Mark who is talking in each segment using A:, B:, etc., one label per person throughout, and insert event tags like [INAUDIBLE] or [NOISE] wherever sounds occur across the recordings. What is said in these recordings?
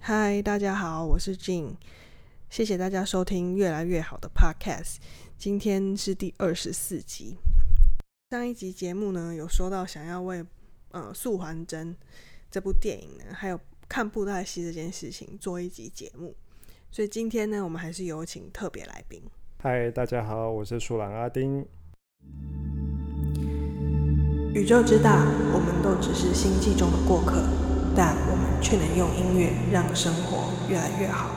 A: 嗨，大家好，我是 Jean，谢谢大家收听《越来越好的 Podcast》，今天是第二十四集。上一集节目呢，有说到想要为呃《素还真》这部电影呢，还有看布袋戏这件事情做一集节目，所以今天呢，我们还是有请特别来宾。
B: 嗨，大家好，我是舒朗阿丁。
A: 宇宙之大，我们都只是星际中的过客，但我们却能用音乐让生活越来越好。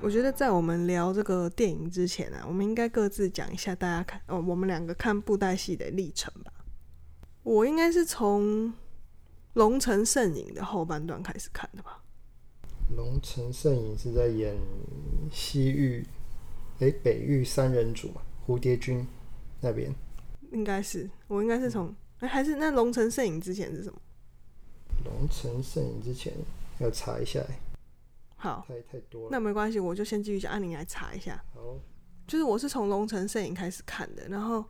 A: 我觉得在我们聊这个电影之前啊，我们应该各自讲一下大家看，呃，我们两个看布袋戏的历程吧。我应该是从《龙城圣影》的后半段开始看的吧？
B: 龙城圣影是在演西域，哎、北域三人组嘛，蝴蝶君那边。
A: 应该是，我应该是从，哎，还是那《龙城圣影》之前是什么？
B: 龙城圣影之前要查一下，
A: 好，
B: 太太多了。
A: 那没关系，我就先继续讲，啊，你来查一下。
B: 好，
A: 就是我是从《龙城摄影》开始看的，然后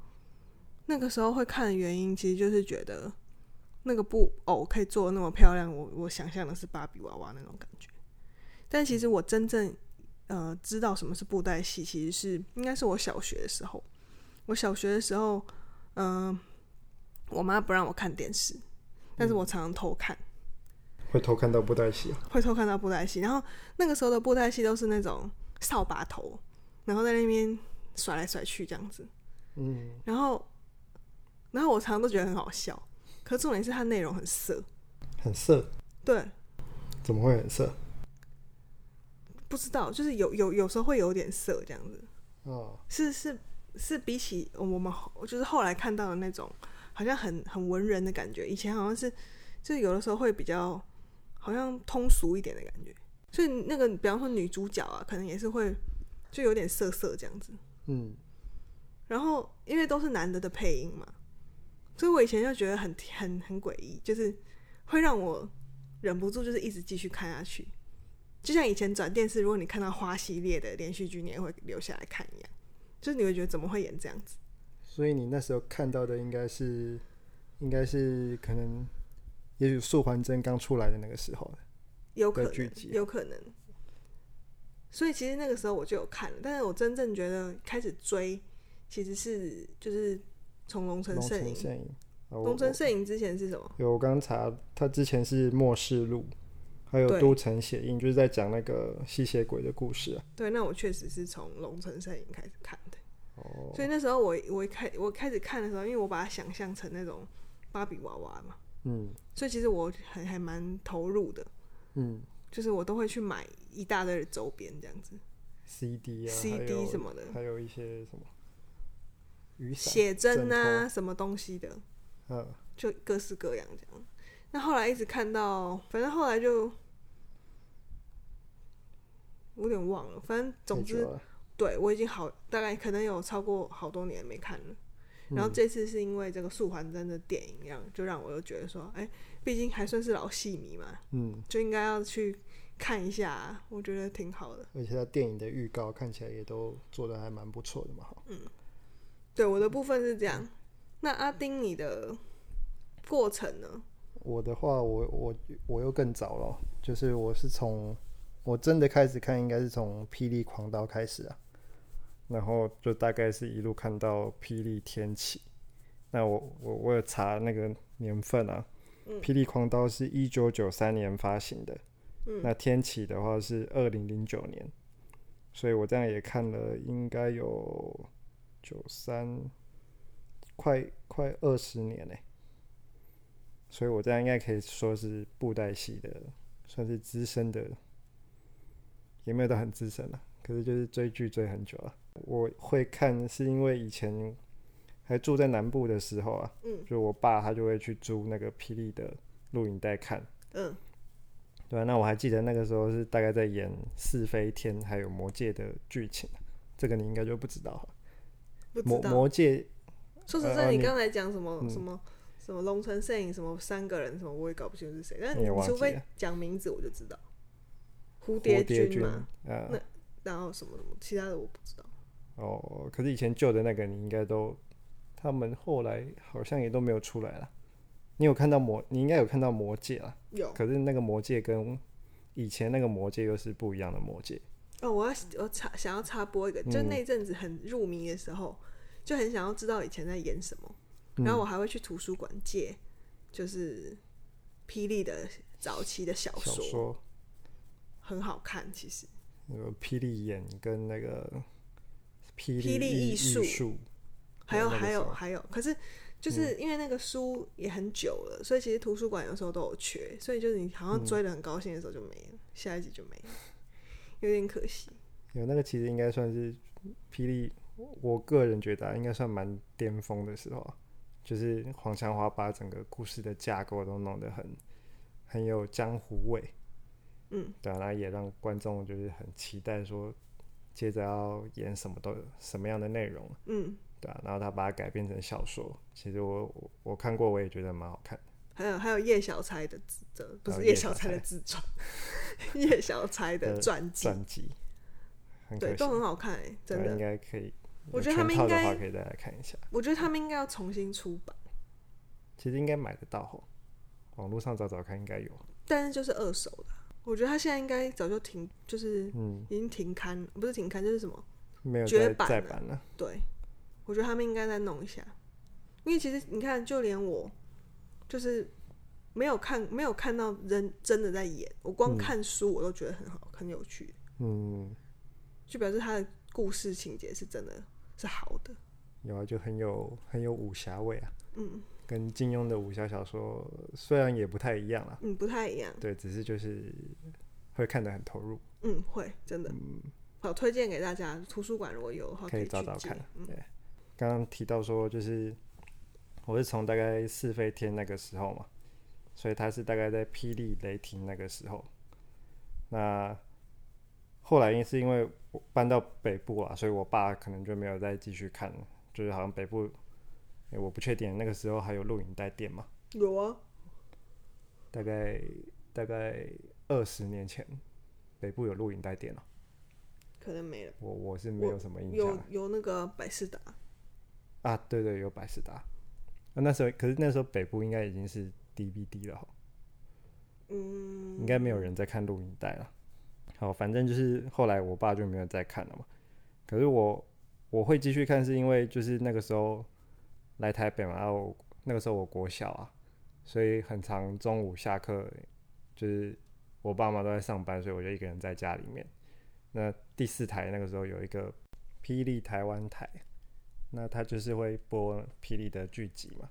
A: 那个时候会看的原因，其实就是觉得那个布偶可以做的那么漂亮，我我想象的是芭比娃娃那种感觉。但其实我真正呃知道什么是布袋戏，其实是应该是我小学的时候。我小学的时候，嗯、我妈不让我看电视，但是我常常偷看。
B: 会偷看到布袋戏啊？
A: 会偷看到布袋戏，然后那个时候的布袋戏都是那种扫把头，然后在那边甩来甩去这样子，
B: 嗯，
A: 然后然后我常常都觉得很好笑，可重点是它内容很色，
B: 很色，
A: 对，
B: 怎么会很色？
A: 不知道就是有有有时候会有点色这样子，
B: 哦，
A: 是是是比起我们后就是后来看到的那种，好像很很文人的感觉，以前好像是就是有的时候会比较好像通俗一点的感觉，所以那个比方说女主角啊，可能也是会就有点色色这样子。
B: 嗯，
A: 然后因为都是男的的配音嘛，所以我以前就觉得很很很诡异，就是会让我忍不住就是一直继续看下去。就像以前转电视，如果你看到花系列的连续剧，你也会留下来看一样，就是你会觉得怎么会演这样子？
B: 所以你那时候看到的应该是，应该是可能，也许素还真刚出来的那个时候。
A: 有可
B: 的剧
A: 能
B: 集，啊
A: 有可能。所以其实那个时候我就有看了，但是我真正觉得开始追，其实是就是从《龙城
B: 龙
A: 摄影
B: 城》。圣影，啊
A: 《
B: 我
A: 龙城
B: 我
A: 摄影》之前是什么？
B: 有，我刚查，他之前是《末世录》，还有
A: 对
B: 《都城血印》，就是在讲那个吸血鬼的故事啊。
A: 对，那我确实是从《龙城摄影》开始看的。
B: 哦，
A: 所以那时候我我一开我开始看的时候，因为我把它想象成那种芭比娃娃嘛，
B: 嗯
A: 所以其实我还还蛮投入的，
B: 嗯
A: 就是我都会去买一大堆的周边这样子、
B: ，CD 啊
A: CD 什，么的，
B: 还有还有一些什么雨伞，
A: 写真
B: 枕
A: 啊什么东西的，
B: 嗯，
A: 就各式各样这样。那后来一直看到，反正后来就我有点忘了，反正总
B: 太久
A: 之
B: 了
A: 对我已经好大概可能有超过好多年没看了。然后
B: 嗯
A: 这次是因为这个素还真的电影，让就让我又觉得说，哎，毕竟还算是老戏迷嘛，
B: 嗯，
A: 就应该要去看一下啊，我觉得挺好的。
B: 而且他电影的预告看起来也都做的还蛮不错的嘛。哈
A: 对我的部分是这样。那阿丁，你的过程呢？
B: 我的话，我我我又更早了，就是我是从我真的开始看，应该是从《霹雳狂刀》开始啊，然后就大概是一路看到《霹雳天启》。那我我我有查那个年份啊，
A: 嗯
B: 霹雳狂刀》是一九九三年发行的，
A: 嗯
B: 那《天启》的话是二零零九年，所以我这样也看了，应该有九三，快快二十年欸嘞、所以我这样应该可以说是布袋戏的，算是资深的，也没有到很资深了，啊可是就是追剧追很久了。我会看是因为以前还住在南部的时候啊，
A: 嗯
B: 就我爸他就会去租那个霹雳的录影带看，
A: 嗯
B: 对啊，那我还记得那个时候是大概在演《是非天》还有《魔戒》的剧情，这个你应该就不知道了。啊
A: 不知
B: 魔
A: 道。
B: 魔戒
A: 说实
B: 呃
A: 在，
B: 呃
A: 你
B: 你
A: 刚才讲什么、
B: 嗯
A: 什么什么龙城摄影，什么三个人，什么我也搞不清楚是谁。但
B: 我也忘
A: 你
B: 记
A: 除非
B: 了
A: 讲名字，我就知道。蝴
B: 蝴
A: 蝶
B: 蝶
A: 君
B: 君
A: 嘛，，
B: 呃，
A: 那然后什么什么，其他的我不知道。
B: 哦，可是以前旧的那个你应该都，他们后来好像也都没有出来了。你有看到魔，你应该有看到魔戒啦，
A: 有
B: 可是那个魔戒跟
C: 以前那个魔界又是不一样的魔界。
A: 哦，我要我插想要插播一个，就
C: 嗯
A: 那阵子很入迷的时候，就很想要知道以前在演什么，然后我还会去图书馆借，就是霹雳的早期的小
C: 小
A: 说，
C: 说
A: 很好看，其实
C: 那个霹雳眼跟那个霹雳
A: 霹雳
C: 艺
A: 艺术
C: 术，
A: 还有
C: 那个
A: 还有
C: 时候
A: 还有，可是就是因为那个书也很久了，所以其实图书馆有时候都有缺，所以就是你好像追的很高兴的时候就没了，下一集就没了，有点可惜。
C: 有那个其实应该算是霹雳，我个人觉得、啊、应该算蛮巅峰的时候啊，就是黄强华把整个故事的架构都弄得很很有江湖味，
A: 嗯，
C: 对啊，那也让观众就是很期待说接着要演什么都什么样的内容，
A: 嗯，
C: 对啊，然后他把它改编成小说，其实我我我看过，我也觉得蛮好看的，
A: 还有还有叶小钗的自的，不
C: 还
A: 是
C: 有
A: 叶
C: 叶
A: 小
C: 小
A: 钗的
C: 钗
A: 自传，叶小钗的
C: 的
A: 传记，
C: 传记很可
A: 对，
C: 惜，
A: 都很好看、欸，
C: 对
A: 真
C: 啊
A: 的。
C: 应该可以。
A: 我
C: 有
A: 觉得他
C: 全
A: 们
C: 套
A: 应
C: 的话
A: 该
C: 可以再来看一下，
A: 我觉得他们应该要重新出版，
C: 其实应该买得到吼，网络上找找看应该有。
A: 但是就是二手的啊。我觉得他现在应该早就停，就是
C: 嗯，
A: 已经停刊，不是停刊就是什么？
C: 没有
A: 绝
C: 再
A: 版
C: 再
A: 了
C: 版了。
A: 对，我觉得他们应该再弄一下，因为其实你看，就连我就是没有看没有看到人真的在演，我光
C: 嗯
A: 看书我都觉得很好，很有趣，
C: 嗯，
A: 就表示他的故事情节是真的是好的。
C: 有啊，就很有很有武侠味啊，
A: 嗯
C: 跟金庸的武侠小说虽然也不太一样啦，
A: 嗯，不太一样。
C: 对，只是就是会看得很投入。
A: 嗯，会真的。好，推荐给大家，图书馆如果有的话
C: 可以
A: 以
C: 找
A: 去
C: 找
A: 借
C: 看
A: 嗯
C: 对刚刚提到说，就是我是从大概四飞天那个时候嘛，所以他是大概在霹雳雷霆那个时候。那后来因是因为我搬到北部啊，所以我爸可能就没有再继续看了，就是好像北部，诶我不确定那个时候还有录影带店嘛，
A: 有啊，
C: 大概大概二十年前，北部有录影带店了、啊
A: 可能没了。
C: 我我是没
A: 我
C: 有什么印象
A: 有
C: 啊。
A: 有那个百事达，
C: 啊，对对，有百事达。啊那时候，可是那时候北部应该已经是 DVD 了吼，
A: 嗯，
C: 应该没有人在看录影带了。好，反正就是后来我爸就没有再看了嘛。可是我我会继续看，是因为就是那个时候来台北嘛，然后那个时候我国小啊，所以很常中午下课，就是我爸妈都在上班，所以我就一个人在家里面。那第四台那个时候有一个霹雳台湾台，那它就是会播霹雳的剧集嘛。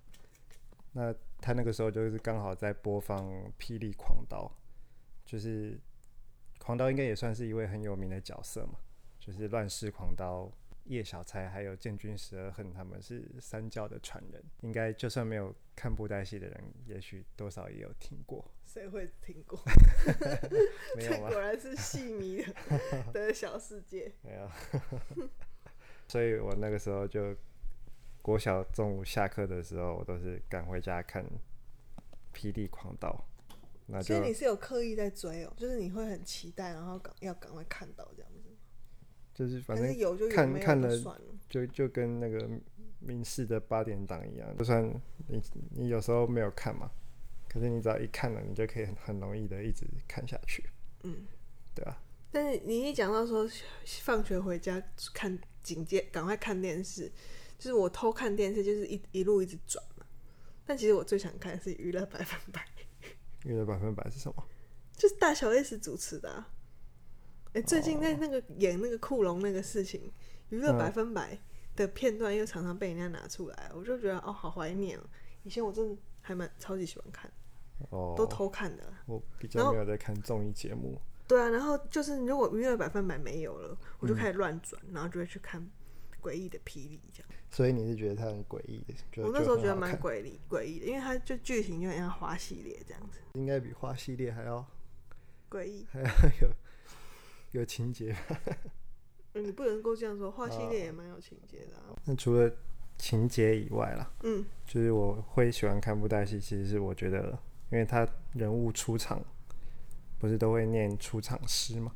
C: 那他那个时候就是刚好在播放《霹雳狂刀》，就是狂刀应该也算是一位很有名的角色嘛，就是乱世狂刀、叶小钗还有建军十二恨他们是三教的传人，应该就算没有看布袋戏的人，也许多少也有听
A: [LAUGHS]
C: 过，
A: 谁会听过？
C: 没
A: 这
C: 有吗 [LAUGHS]
A: 果？然是戏迷的的小世界。
C: 没有， [LAUGHS] 所以我那个时候就国小中午下课的时候，我都是赶回家看《霹雳狂刀》，那
A: 所以
C: 就
A: 你是有刻意在追哦，就是你会很期待，然后赶要赶快看到这样子。
C: 就是反
A: 但
C: 正
A: 是有就有，
C: 看
A: 没有
C: 看
A: 就
C: 了
A: 算了。
C: 就就跟那个民视的八点档一样，就算你你有时候没有看嘛，可是你只要一看了，你就可以很很容易的一直看下去。
A: 嗯，
C: 对啊，
A: 但是你一讲到说放学回家看警戒，赶快看电视，就是我偷看电视，就是一一路一直转嘛。但其实我最想看的是《娱乐百分百》，
C: 娱乐百分百是什么？
A: 就是大小 S 主持的、啊。哎、
C: 哦
A: 最近在那个演那个库龙那个事情，《娱乐
C: 嗯
A: 百分百》的片段又常常被人家拿出来，我就觉得哦，好怀念、哦。以前我真的还蛮超级喜欢看，
C: 哦，
A: 都偷看的啦。
C: 我比
A: 然
C: 较
A: 后
C: 没有在看综艺节目，
A: 对啊，然后就是如果娱乐百分百没有
C: 嗯
A: 了，我就开始乱转，然后就会去看诡异的霹雳这样。
C: 所以你是觉得它很诡异的？就
A: 我那时候觉
C: 就
A: 得
C: 很好
A: 蛮
C: 看
A: 诡异诡异的，因为它就剧情就很像花系列这样子，
C: 应该比花系列还要
A: 诡异。
C: 还要有有情节。
A: 嗯，你不能够这样说，花系
C: 啊哦
A: 列也蛮有情节的、啊。
C: 那除了情节以外啦，
A: 嗯，
C: 就是我会喜欢看布袋戏，其实是我觉得，因为他人物出场不是都会念出场诗吗？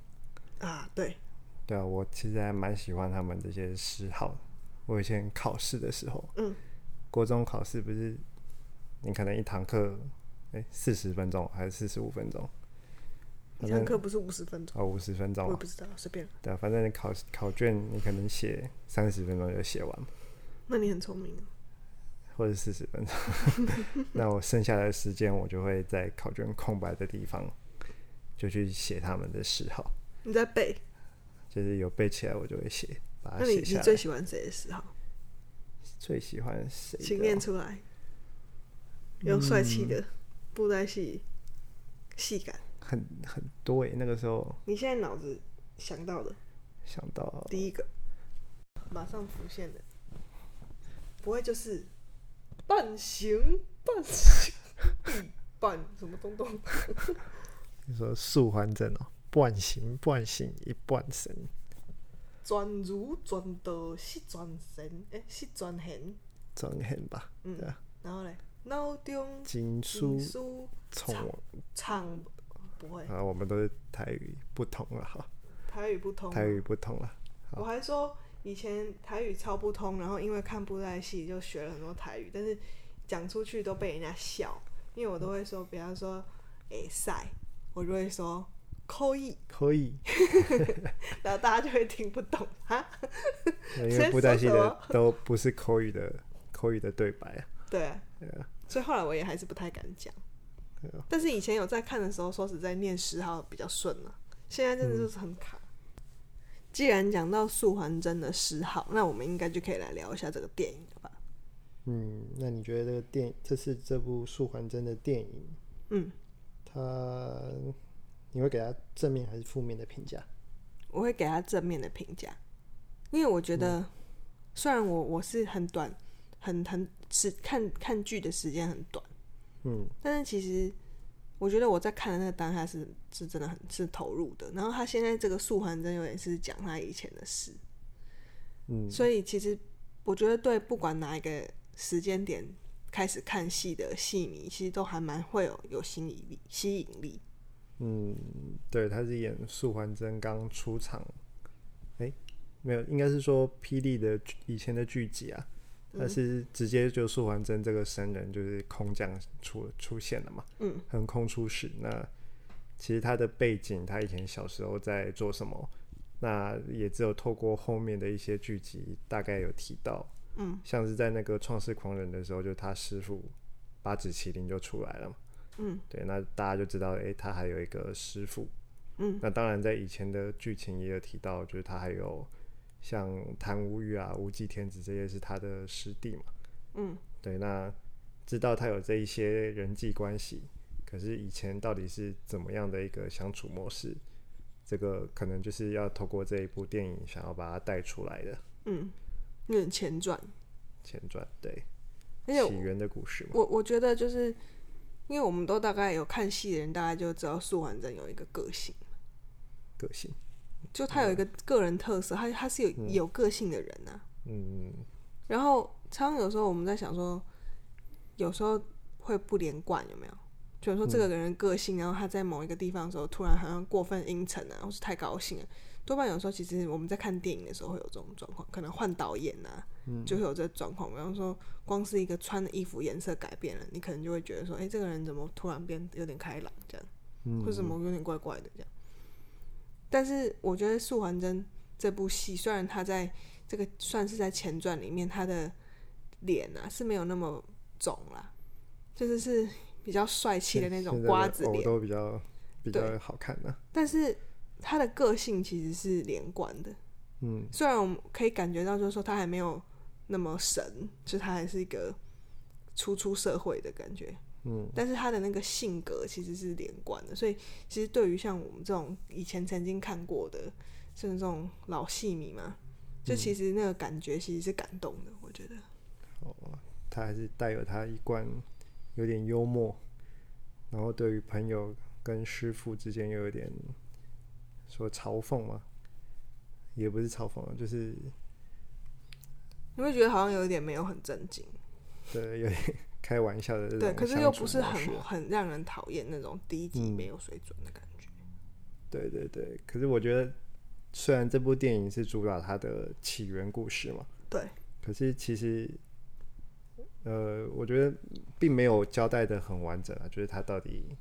A: 啊，对，
C: 对啊，我其实还蛮喜欢他们这些嗜好。我以前考试的时候，
A: 嗯，
C: 国中考试不是你可能一堂课，哎、四十分钟还是四十五分钟，反
A: 上
C: 正
A: 课不是五十分钟，
C: 哦五十分钟
A: 我也
C: 哦，
A: 不知道，随便。
C: 对啊，反正你考考卷你可能写三十分钟就写完，
A: 那你很聪明哦，
C: 或者四十分钟，
A: [LAUGHS]
C: [LAUGHS] 那我剩下的时间我就会在考卷空白的地方就去写他们的嗜好，
A: 你在背。
C: 就是有背起来我就会写，把它
A: 那你
C: 啊写
A: 你
C: 下
A: 最
C: 来。
A: 喜欢谁的嗜好？
C: 最喜欢谁的哦？
A: 请念出来。
C: 嗯
A: 有帅气的布袋戏戏感，
C: 很很多诶，那个时候
A: 你现在脑子想到的
C: 想到
A: 第一个，马上浮现的，不会就是半形半形 [LAUGHS] 地半什么东东？
C: 你说素还真哦，半醒半醒一半神，
A: 转如转道是转神，哎、是转神。
C: 真很吧？
A: 嗯
C: 对啊，
A: 然后嘞，脑中
C: 经书
A: 经书
C: 从
A: 嗯
C: 我
A: 唱不会，
C: 啊，我们都是台语不同了哈，
A: 台语不通。啊
C: 台语不同了，好
A: 我还说以前台语超不通，然后因为看布袋戏就学了很多台语，但是讲出去都被人家笑，因为我都会说，比方说“哎塞”，我就会说“扣一
C: 可以，”，
A: 然后大家就会听不懂啊。
C: 因
A: 先
C: 为布袋戏
A: 说什
C: 的
A: 么
C: 都不是口语的口语的对白啊，
A: 对，
C: 对啊，
A: 所以后来我也还是不太敢讲
C: 对啊。
A: 但是以前有在看的时候，说实在念诗号比较顺了、现在真的就是很卡。既然讲到素还真的诗号，那我们应该就可以来聊一下这个电影了吧？
C: 嗯，那你觉得这个电这次这部素还真的电影，
A: 嗯，
C: 它你会给它正面还是负面的评价？
A: 我会给他正面的评价，因为我觉得，
C: 嗯
A: 虽然我我是很短，很很是看看剧的时间很短，
C: 嗯
A: 但是其实我觉得我在看的那个当下是是真的很是投入的。然后他现在这个素还真有点是讲他以前的事，
C: 嗯，
A: 所以其实我觉得对不管哪一个时间点开始看戏的戏迷，其实都还蛮会有有吸引力吸引力。
C: 嗯，对，他是演素还真刚出场，哎、没有，应该是说霹雳的剧以前的剧集啊，
A: 嗯
C: 他是直接就素还真这个神人就是空降出出现了嘛，
A: 嗯，
C: 横空出世。那其实他的背景，他以前小时候在做什么，那也只有透过后面的一些剧集大概有提到，
A: 嗯，
C: 像是在那个创世狂人的时候，就他师傅八指麒麟就出来了嘛。
A: 嗯，
C: 对，那大家就知道，诶，他还有一个师傅。
A: 嗯，
C: 那当然，在以前的剧情也有提到，就是他还有像谭无欲啊、无忌天子这些是他的师弟嘛。
A: 嗯，
C: 对，那知道他有这一些人际关系，可是以前到底是怎么样的一个相处模式？这个可能就是要透过这一部电影想要把它带出来的
A: 嗯，有点前传，
C: 前传，对
A: 而且我
C: 起源的故事嘛。
A: 我我觉得就是，因为我们都大概有看戏的人，大概就知道素还真有一个个性，
C: 个性，
A: 就他有一个个人特色，他他是有、有个性的人啊。
C: 嗯，
A: 然后常常有时候我们在想说，有时候会不连贯，有没有？就是说这个人的个性，然后他在某一个地方的时候，突然好像过分阴沉啊，或是太高兴了。多半有时候，其实我们在看电影的时候会有这种状况，可能换导演啊，
C: 嗯
A: 就会有这状况。比方说，光是一个穿的衣服颜色改变了，你可能就会觉得说，哎、这个人怎么突然变有点开朗这样，
C: 嗯
A: 或者什么有点怪怪的这样。但是我觉得《素还真》这部戏，虽然他在这个算是在前传里面，他的脸啊是没有那么肿啦，就是是比较帅气的那种
C: 现在
A: 瓜子
C: 偶
A: 脸，
C: 都比较比
A: 对
C: 较好看呢、
A: 但是他的个性其实是连贯的。
C: 嗯
A: 虽然我们可以感觉到，就是说他还没有那么神，就是他还是一个初出社会的感觉，
C: 嗯
A: 但是他的那个性格其实是连贯的，所以其实对于像我们这种以前曾经看过的，甚至这种老戏迷嘛，就其实那个感觉其实是感动的，我觉得。
C: 哦，他还是带有他一贯有点幽默，然后对于朋友跟师傅之间又有点说嘲讽嘛，也不是嘲讽，啊就是
A: 你会觉得好像有一点没有很正经，
C: 对有点 [LAUGHS] 开玩笑的这种
A: 对，可是
C: 相
A: 又
C: 处
A: 不是
C: 模式
A: 很
C: 啊
A: 很让人讨厌那种低级
C: 嗯
A: 没有水准的感觉。
C: 对对对，可是我觉得虽然这部电影是主打它的起源故事嘛，
A: 对，
C: 可是其实，呃，我觉得并没有交代的很完整啊，就是他到底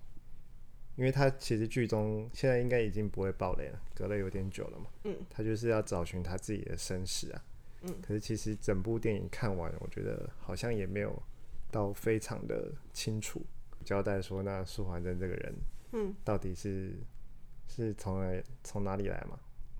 C: 因为他其实剧中现在应该已经不会爆雷了，隔了有点久了嘛。
A: 嗯，
C: 他就是要找寻他自己的身世啊。
A: 嗯，
C: 可是其实整部电影看完，我觉得好像也没有到非常的清楚交代说，那素还真这个人
A: 嗯，
C: 到底是是从哪从哪里来嘛？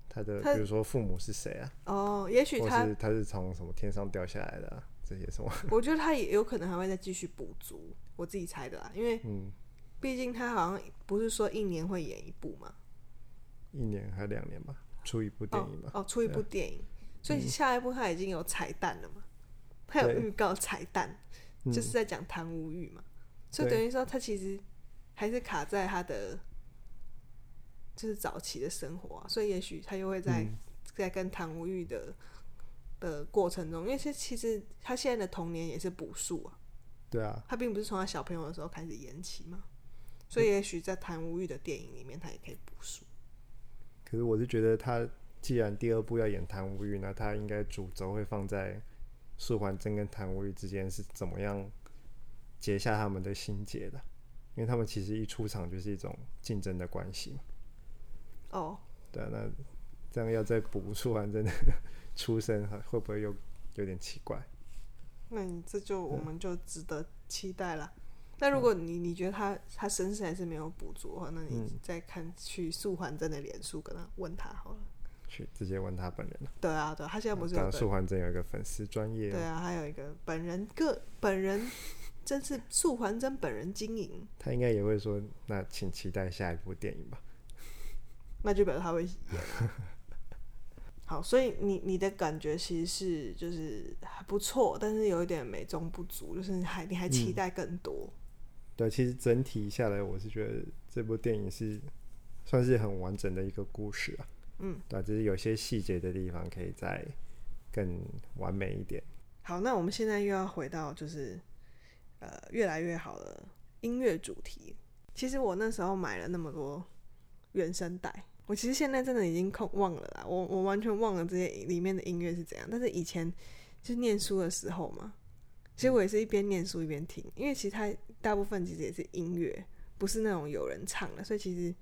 C: 他的
A: 他
C: 比如说父母是谁啊，
A: 哦，也许
C: 或
A: 他，
C: 是他是从什么天上掉下来的、啊、这些什么？ [LAUGHS]
A: 我觉得他也有可能还会再继续补足，我自己猜的啦，因为
C: 嗯，
A: 毕竟他好像不是说一年会演一部嘛，
C: 一年还两年吧，出一部电
A: 哦
C: 影啊吧。
A: 哦，出一部电影，所以下一部他已经有彩蛋了嘛，他有
C: 嗯对
A: 预告彩蛋，
C: 嗯
A: 哦就是在讲贪污欲嘛，所以
C: 对
A: 等于说他其实还是卡在他的就是早期的生活啊，所以也许他又会在、
C: 嗯
A: 在跟贪污欲的的过程中，因为其实其实他现在的童年也是补数啊，
C: 对啊，
A: 他并不是从他小朋友的时候开始延期嘛，所以也许在贪污欲的电影里面，他也可以补数。
C: 可是我是觉得他既然第二部要演谭无欲，那他应该主轴会放在素还真跟谭无欲之间是怎么样结下他们的心结的，因为他们其实一出场就是一种竞争的关系嘛。
A: 哦，
C: 对啊，那 [LAUGHS] 这样要再补素还真的出身，会不会又有点奇怪？
A: 那你这就我们就值得期待啦。但如果你你觉得他他身世还是没有补足的话，那你
C: 嗯
A: 再看去素还真的脸书跟他问他好了。
C: 去直接问他本人了。
A: 对啊，对啊，他现在不是
C: 当
A: 有
C: 然，
A: 个
C: 素还真有一个粉丝专业
A: 对
C: 哦，
A: 啊，还有一个本人个本人，真是素还真本人经营，
C: 他应该也会说，那请期待下一部电影吧。
A: 那就表示他会演啊。 [LAUGHS] 好，所以你你的感觉其实是就是还不错，但是有一点美中不足，就是你还你还期待更多。
C: 对，其实整体下来，我是觉得这部电影是算是很完整的一个故事啊。
A: 嗯，
C: 对啊，只是有些细节的地方可以再更完美一点。
A: 好，那我们现在又要回到就是呃越来越好的音乐主题。其实我那时候买了那么多原声带，我其实现在真的已经空忘了啦，我我完全忘了这些里面的音乐是怎样。但是以前就念书的时候嘛，其实我也是一边念书一边听，因为其实它大部分其实也是音乐，不是那种有人唱的，所以其实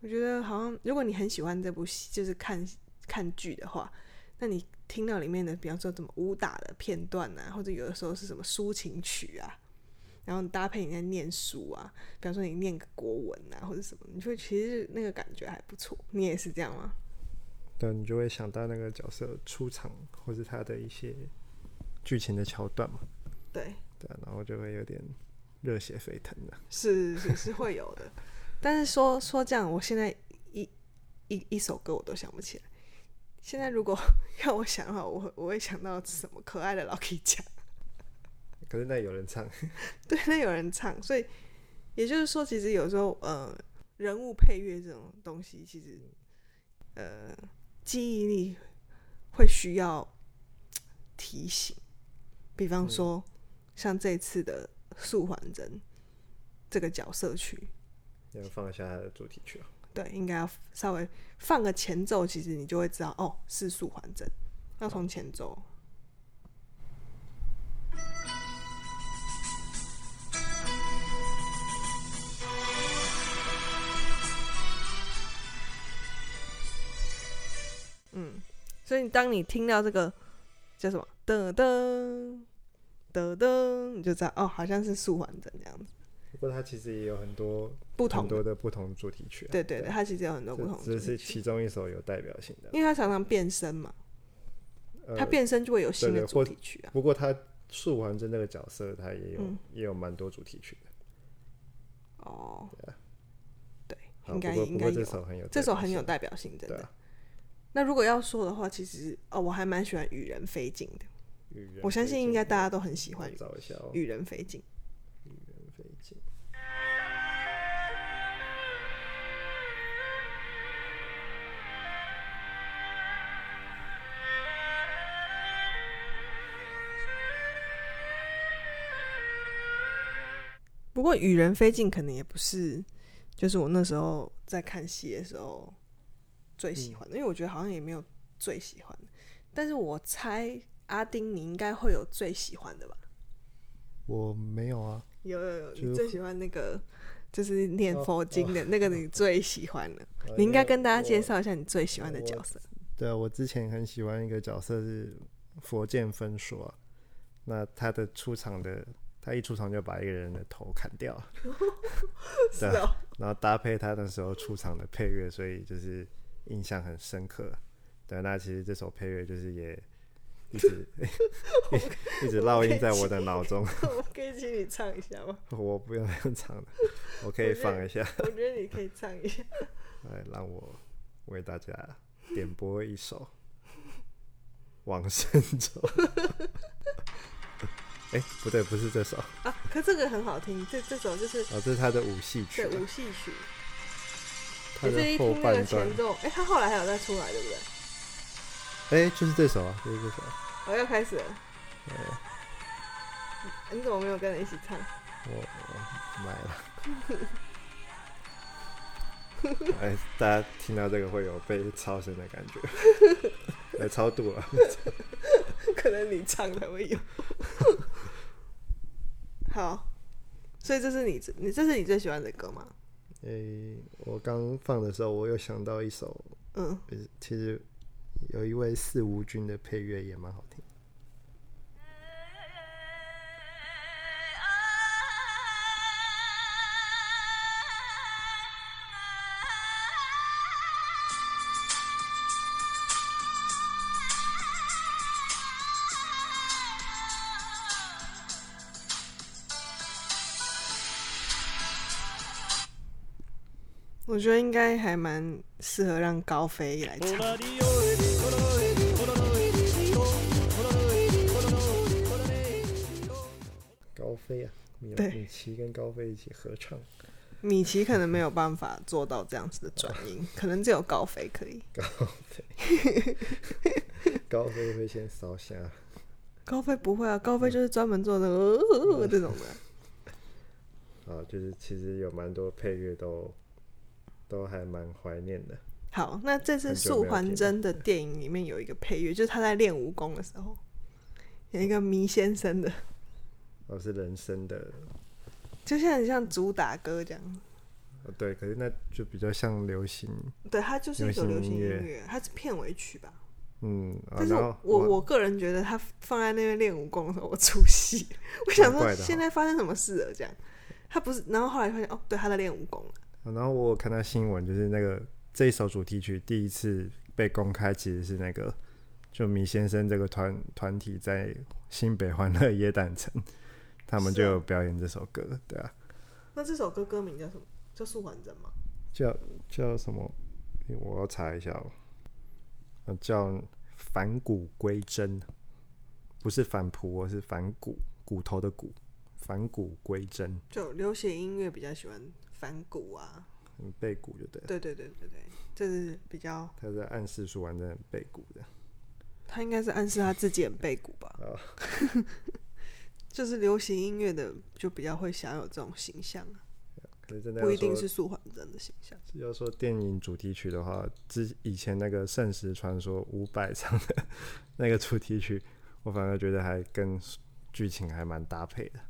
A: 我觉得好像如果你很喜欢这部戏，就是看看剧的话，那你听到里面的，比方说怎么武打的片段啊，或者有的时候是什么抒情曲啊，然后你搭配你在念书啊，比方说你念个国文啊或者什么，你就会其实那个感觉还不错。你也是这样吗？
C: 对，啊你就会想到那个角色出场，或是他的一些剧情的桥段嘛。
A: 对，
C: 对啊、然后就会有点热血沸腾的、
A: 是是是会有的。 [LAUGHS] 但是说说这样，我现在一一一首歌我都想不起来。现在如果 [LAUGHS] 要我想的话，我会我会想到什么可爱的老 K 家。
C: 可是那有人唱，
A: [LAUGHS] 对，那有人唱，所以也就是说，其实有时候呃，人物配乐这种东西，其实呃，记忆力会需要提醒。比方说，像这次的素还真这个角色曲，
C: 要放一下他的主题曲啊。
A: 对，应该要稍微放个前奏，其实你就会知道哦，是素还真，要从前奏。嗯，所以当你听到这个叫什么噔噔噔噔，你就知道哦，好像是素还真这样子，
C: 不过他其实也有很多
A: 不同
C: 很
A: 的。
C: 多的不同主题曲、啊。
A: 对对对，它其实有很多不同的
C: 这这
A: 主题
C: 是
A: 曲，
C: 其中一首有代表性的。
A: 因为它常常变身嘛，
C: 呃
A: 它变身就会有新
C: 对
A: 的
C: 对
A: 主
C: 或
A: 题曲啊。
C: 不过他素还真那个角色，他也有、
A: 嗯
C: 也有蛮多主题曲的。
A: 哦，对，
C: 啊好
A: 应该
C: 不过
A: 应
C: 不
A: 该
C: 过这
A: 有，
C: 首很有代表性，
A: 这首很有代表性，真
C: 对
A: 的
C: 啊。，
A: 那如果要说的话，其实哦，我还蛮喜欢《与人飞进》的，
C: 与人
A: 我相信应该大
C: 家
A: 家都很喜欢《
C: 找一下哦，
A: 与人飞进》。
C: 与人飞进。
A: 不过《与人飞进》可能也不是，就是我那时候在看戏的时候最喜
C: 嗯
A: 欢的，因为我觉得好像也没有最喜欢的。但是我猜阿丁你应该会有最喜欢的吧？
C: 我没有啊，
A: 有有有，
C: 就哦
A: 你最喜欢那个就是念佛经的那个你最喜欢的，你应该跟大家介绍一下你最喜欢的角色。
C: 对啊，我之前很喜欢一个角色是佛剑分说、啊，那他的出场的，他一出场就把一个人的头砍掉， [LAUGHS]
A: [LAUGHS] 是
C: 对啊
A: 哦，
C: 然后搭配他那时候出场的配乐，所以就是印象很深刻。对，那其实这首配乐就是也一直一直烙印在我的脑中。
A: 哦 [LAUGHS] 我可以请你唱一下吗？
C: 我不要用唱的，我可以放一下，
A: 我觉得你可以唱一下。
C: 来让我为大家点播一首《往生咒》哎、不对，不是这首，哦，
A: 啊，可这个很好听，这这首就是
C: 这是他的舞戏曲
A: 对
C: 啊，
A: 舞戏曲，
C: 他
A: 你是
C: 的
A: 一
C: 后
A: 听那
C: 半
A: 个
C: 段
A: 前，奏，哎、他后来还有再出来，对不对？
C: 哎、就是这首啊，就是这首。
A: 我、要哦开始了。嗯你你怎么没有跟着一起唱？
C: 我我买了。哎，大家听到这个会有被超生的感觉， [LAUGHS] 哎，超度了。
A: 可能你唱才会有。 [LAUGHS] 好，所以这是你最你这是你最喜欢的歌吗？
C: 哎，我刚放的时候，我有想到一首，
A: 嗯，
C: 呃其实有一位四无君的配乐也蛮好听。
A: 我觉得应该还蛮适合让高飞来唱。
C: 高飞啊，米
A: 对
C: 米奇跟高飞一起合唱。 [LAUGHS]
A: 米奇可能没有办法做到这样子的转音，可能只有高飞可以。
C: 高飞，高飞会先烧香。
A: 高飞不会啊，高飞就是专门做那个、呃呃、这种的。
C: 啊，就是其实有蛮多配乐都都还蛮怀念的。
A: 好，那这次素还真的电影里面有一个配乐，就是他在练武功的时候，有一个迷先生的，
C: 哦，是人生的，
A: 就像很像主打歌这样。
C: 哦对，可是那就比较像流行，
A: 对，它就是一首
C: 流
A: 流
C: 行
A: 行
C: 音
A: 音
C: 乐
A: 乐，它是片尾曲吧？
C: 嗯，啊、
A: 但是
C: 然后
A: 我我我个人觉得他放在那边练武功的时候，我出戏，我想
C: 怪
A: 说
C: 的哦
A: 现在发生什么事了？这样，他不是，然后后来发现哦，对，他在练武功了。
C: 啊然后我有看到新闻，就是那个这一首主题曲第一次被公开，其实是那个就米先生这个团团体在新北欢乐椰蛋城，他们
A: 是
C: 就
A: 啊
C: 有表演这首歌，对啊，
A: 那这首歌歌名叫什么？叫《素还真》吗？
C: 叫叫什么？诶我要查一下哦，呃叫返古归真，不是返璞哦，我是返骨骨头的骨，返古归真，
A: 就流行音乐比较喜欢反骨啊，
C: 嗯背骨就对了。
A: 对对对对对，这是比较，
C: 他在暗示说完真的背骨的，
A: 他应该是暗示他自己很背骨吧
C: 哦？
A: [LAUGHS] 就是流行音乐的就比较会想有这种形象啊，
C: 可是真的
A: 不
C: 要
A: 一定
C: 说
A: 是素还真的形象。
C: 要说电影主题曲的话，之以前那个《圣石传说》伍佰唱的那个主题曲，我反而觉得还跟剧情还蛮搭配的。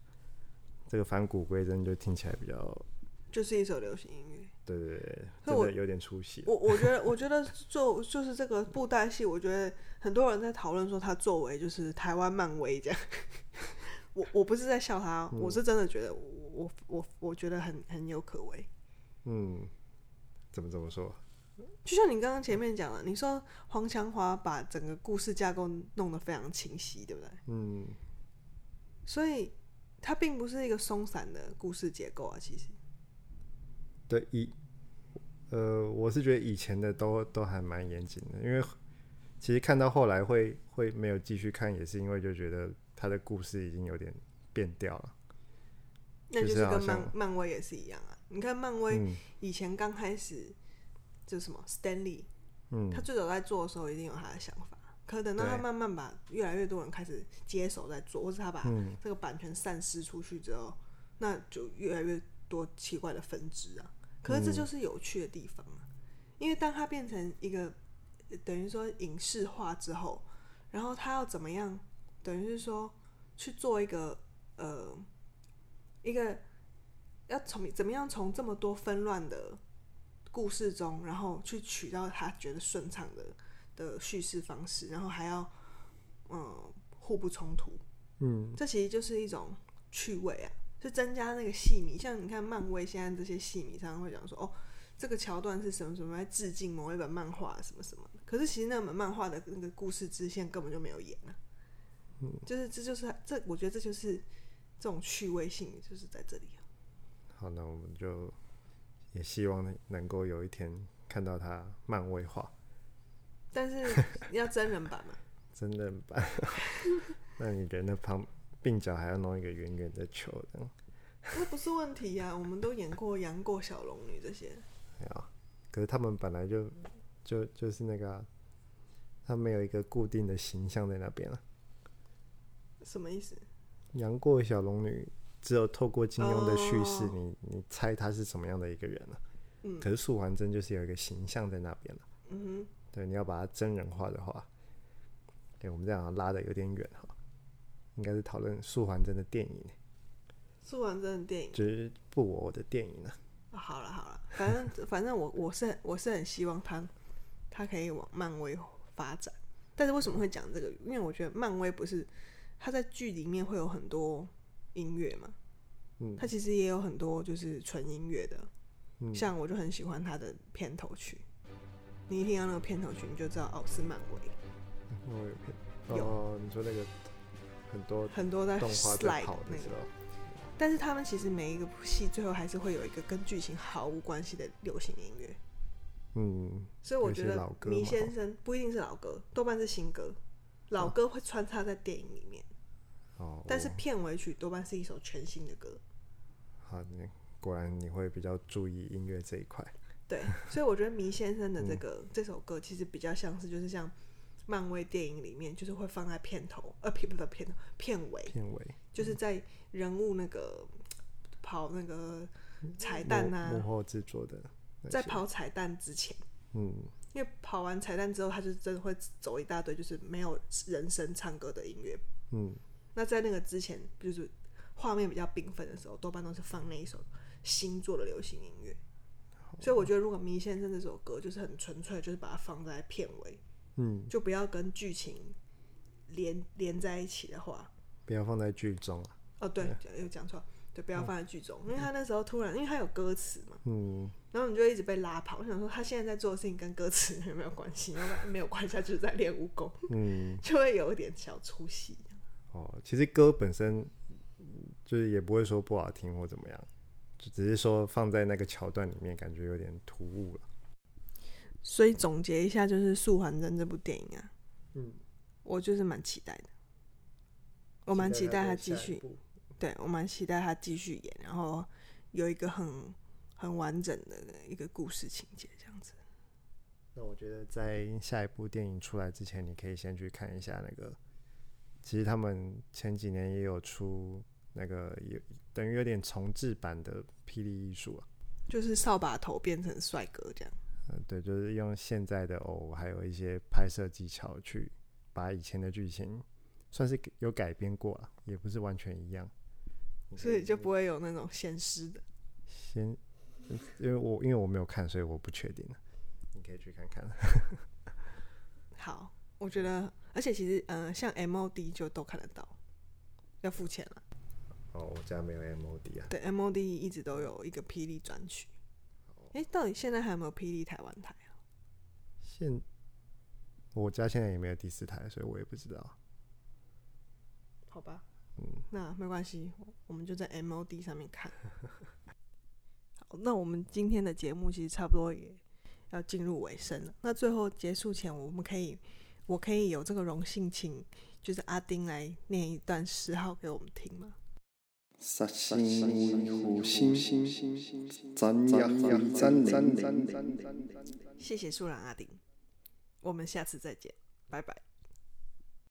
C: 这个返古归真就听起来比较，
A: 就是一首流行音乐。
C: 对对对，
A: 所以
C: 真
A: 我
C: 的有点出戏。
A: 我我觉得，我觉得做就是这个布袋戏，我觉得很多人在讨论说它作为就是台湾漫威这样。我我不是在笑他，我
C: 嗯
A: 是真的觉得我我我我觉得很很有可为。
C: 嗯，怎么怎么说？
A: 就像你刚刚前面讲了，你说黄强华把整个故事架构弄得非常清晰，对不对？
C: 嗯，
A: 所以它并不是一个松散的故事结构啊，其实。
C: 对，以呃，我是觉得以前的都都还蛮严谨的，因为其实看到后来会会没有继续看，也是因为就觉得他的故事已经有点变掉了。
A: 那就
C: 就是
A: 是
C: 好
A: 跟
C: 像
A: 漫漫威也是一样啊。你看漫威
C: 嗯
A: 以前刚开始，就什么 Stanley，
C: 嗯
A: 他最早在做的时候一定有他的想法，可等到
C: 对
A: 他慢慢把越来越多人开始接手在做，或是他把
C: 嗯，
A: 这个版权散失出去之后，那就越来越多奇怪的分支啊。可
C: 嗯
A: 是这就是有趣的地方啊，因为当它变成一个呃等于说影视化之后，然后它要怎么样，等于是说去做一个呃一个要从怎么样从这么多纷乱的故事中，然后去取到他觉得顺畅的的叙事方式，然后还要嗯互不冲突，
C: 嗯，
A: 这其实就是一种趣味啊，就增加那个戏迷。像你看漫威现在这些戏迷，常常会讲说哦。这个桥段是什么什么在致敬某一本漫画什么什么的，可是其实那本漫画的那个故事支线根本就没有演啊，就是这就是这，我觉得这就是这种趣味性，就是在这里啊。
C: 好，那我们就也希望能够有一天看到它漫威化
A: 但是要真人版嘛，
C: 真 [LAUGHS] 人版。那你觉得那旁鬓角还要弄一个圆圆的球这样？
A: 那不是问题呀、啊我们都演过杨过、小龙女这些，
C: 没有啊，可是他们本来就就就是那个啊、他没有一个固定的形象在那边啊了、
A: 什么意思？
C: 杨过小龙女只有透过金庸的叙事，
A: 哦
C: 你你猜她是什么样的一个人了、
A: 嗯
C: 可是素还真就是有一个形象在那边了、
A: 嗯
C: 对，你要把它真人化的话，对我们这样拉的有点远哈，应该是讨论素还真的电影，
A: 哼，素完真的电影。
C: 就是不我的电影啊。
A: 啊好了好了，反正 [LAUGHS] 反正我我是很我是很希望他他可以往漫威发展，但是为什么会讲这个？因为我觉得漫威不是他在剧里面会有很多音乐嘛，
C: 嗯
A: 他其实也有很多就是纯音乐的，
C: 嗯
A: 像我就很喜欢他的片头曲，你一听到那个片头曲你就知道哦是漫威，
C: 我有
A: 有
C: 片哦，你说那个很多
A: 很多在
C: 动画在
A: slide
C: 跑
A: 那
C: 的时
A: 个，
C: 候，
A: 但是他们其实每一个戏最后还是会有一个跟剧情毫无关系的流行音乐，
C: 嗯，
A: 所以我觉
C: 有些
A: 得
C: 老歌
A: 迷
C: 嘛
A: 先生不一定是老歌，多半是新歌，老歌会穿插在电影里面，
C: 哦，
A: 但是
C: 我
A: 片尾曲多半是一首全新的歌，
C: 好，你果然你会比较注意音乐这一块，
A: 对， [LAUGHS] 所以我觉得迷先生的这
C: 嗯
A: 个、这首歌其实比较像是就是像漫威电影里面就是会放在片头，呃，片不不片头片尾，
C: 片尾
A: 就是在人物那个跑那个彩蛋
C: 幕幕
A: 啊，
C: 后制作的那
A: 在
C: 些，
A: 跑彩蛋之前，
C: 嗯，
A: 因为跑完彩蛋之后，他就真的会走一大堆就是没有人声唱歌的音乐。
C: 嗯，
A: 那在那个之前，就是画面比较缤纷的时候，多半都是放那一首新做的流行音乐。所以我觉得，如果《迷先生》这首歌就是很纯粹，就是把它放在片尾，
C: 嗯，
A: 就不要跟剧情连连在一起的话，
C: 不要放在剧中啊，
A: 哦，对，讲有讲错，对，不要放在剧中，因为他那时候突然，因为他有歌词嘛，
C: 嗯，
A: 然后你就一直被拉跑。我想说，他现在在做的事情跟歌词 [LAUGHS] 有没有关系？要不然没有关系，他就是在练武功，
C: 嗯，
A: 就会有一点小出戏。
C: 哦，其实歌本身嗯就是也不会说不好听或怎么样，就只是说放在那个桥段里面，感觉有点突兀了，
A: 所以总结一下，就是《素还真》这部电影啊，
C: 嗯，
A: 我就是蛮期待的，我蛮期待他继续，，对我蛮期待他继续演，然后有一个很很完整的一个故事情节这样子。
C: 那我觉得在下一部电影出来之前，你可以先去看一下那个。其实他们前几年也有出那个有等于有点重置版的《霹雳艺术》啊，
A: 就是扫把头变成帅哥这样，
C: 嗯、对，就是用现在的偶还有一些拍摄技巧去把以前的剧情算是给有改编过了，也不是完全一样，你可
A: 所以就
C: 先
A: 不会有那种咸湿的。
C: 先，因为我因为我没有看，所以我不确定了。你可以去看看，
A: 好，我觉得，而且其实，嗯、像 MOD 就都看得到，要付钱了。
C: 哦，我家没有 MOD 啊，
A: 对，MOD 一直都有一个霹雳专区。诶，到底现在还有没有霹雳台湾台啊？
C: 现我家现在也没有第四台，所以我也不知道。
A: 好吧，
C: 嗯，
A: 那没关系，我我们就在 MOD 上面看。 [LAUGHS] 好，那我们今天的节目其实差不多也要进入尾声了。那最后结束前，我们可以，我可以有这个荣幸，请就是阿丁来念一段诗号给我们听吗？
D: 杀心为护心，咱也为咱灵。
A: 谢谢树懒阿丁，我们下次再见，拜拜。